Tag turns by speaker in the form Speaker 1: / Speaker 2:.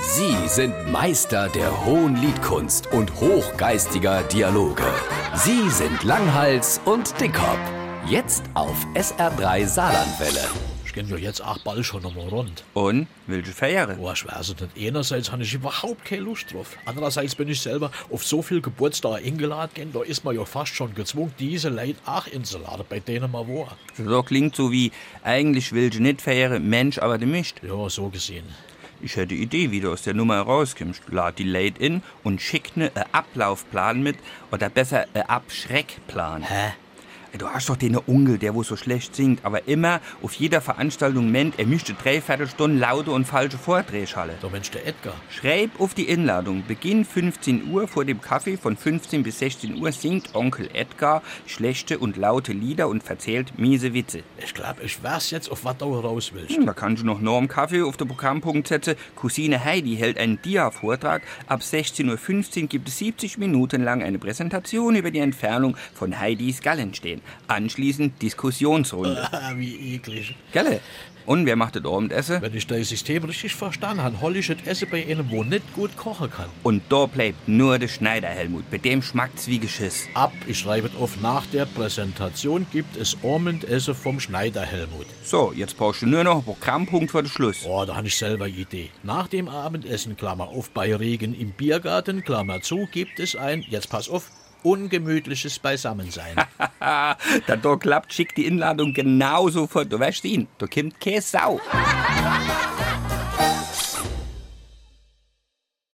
Speaker 1: Sie sind Meister der hohen Liedkunst und hochgeistiger Dialoge. Sie sind Langhals und Dickhop. Jetzt auf SR3 Saarlandwelle.
Speaker 2: Ich kenn ja jetzt acht Ball schon nochmal rund.
Speaker 3: Und? Willst du feiern?
Speaker 2: Oh, ich weiß es nicht. Einerseits habe ich überhaupt keine Lust drauf. Andererseits bin ich selber auf so viel Geburtstage eingeladen, gehen, da ist man ja fast schon gezwungen, diese Leute auch einzuladen, bei denen man war.
Speaker 3: So klingt so wie, eigentlich willst du nicht feiern, Mensch, aber du mischt.
Speaker 2: Ja, so gesehen.
Speaker 3: Ich hätte Idee, wie du aus der Nummer rauskommst. Lad die Late in und schick ne einen Ablaufplan mit oder besser einen Abschreckplan. Hä? Du hast doch den Onkel, der wo so schlecht singt, aber immer auf jeder Veranstaltung meint, er müsste Dreiviertelstunden laute und falsche Vordrehschalle.
Speaker 2: Da Mensch, der Edgar.
Speaker 3: Schreib auf die Einladung. Beginn 15 Uhr vor dem Kaffee von 15 bis 16 Uhr singt Onkel Edgar schlechte und laute Lieder und verzählt miese Witze.
Speaker 2: Ich glaube, ich weiß jetzt, auf was du raus willst.
Speaker 3: Hm, Da kannst du noch Norm Kaffee auf den Programmpunkt setzen. Cousine Heidi hält einen Dia-Vortrag. Ab 16.15 Uhr gibt es 70 Minuten lang eine Präsentation über die Entfernung von Heidis Gallenstehen. Anschließend Diskussionsrunde.
Speaker 2: Ah, wie eklig.
Speaker 3: Gelle. Und wer macht das Abendessen?
Speaker 2: Wenn ich das System richtig verstanden habe, hol ich das Essen bei einem, wo nicht gut kochen kann.
Speaker 3: Und da bleibt nur der Schneider Helmut. Bei dem schmeckt's wie Geschiss.
Speaker 2: Ab, ich schreibe es auf, nach der Präsentation gibt es Abendessen vom Schneider Helmut.
Speaker 3: So, jetzt brauchst du nur noch einen Programmpunkt für den Schluss.
Speaker 2: Oh, da habe ich selber Idee. Nach dem Abendessen, Klammer auf, bei Regen im Biergarten, Klammer zu, gibt es ein, jetzt pass auf, ungemütliches Beisammensein.
Speaker 3: Ah, da da klappt, schickt die Inladung genauso fort. Du weißt ihn, da kommt keine Sau.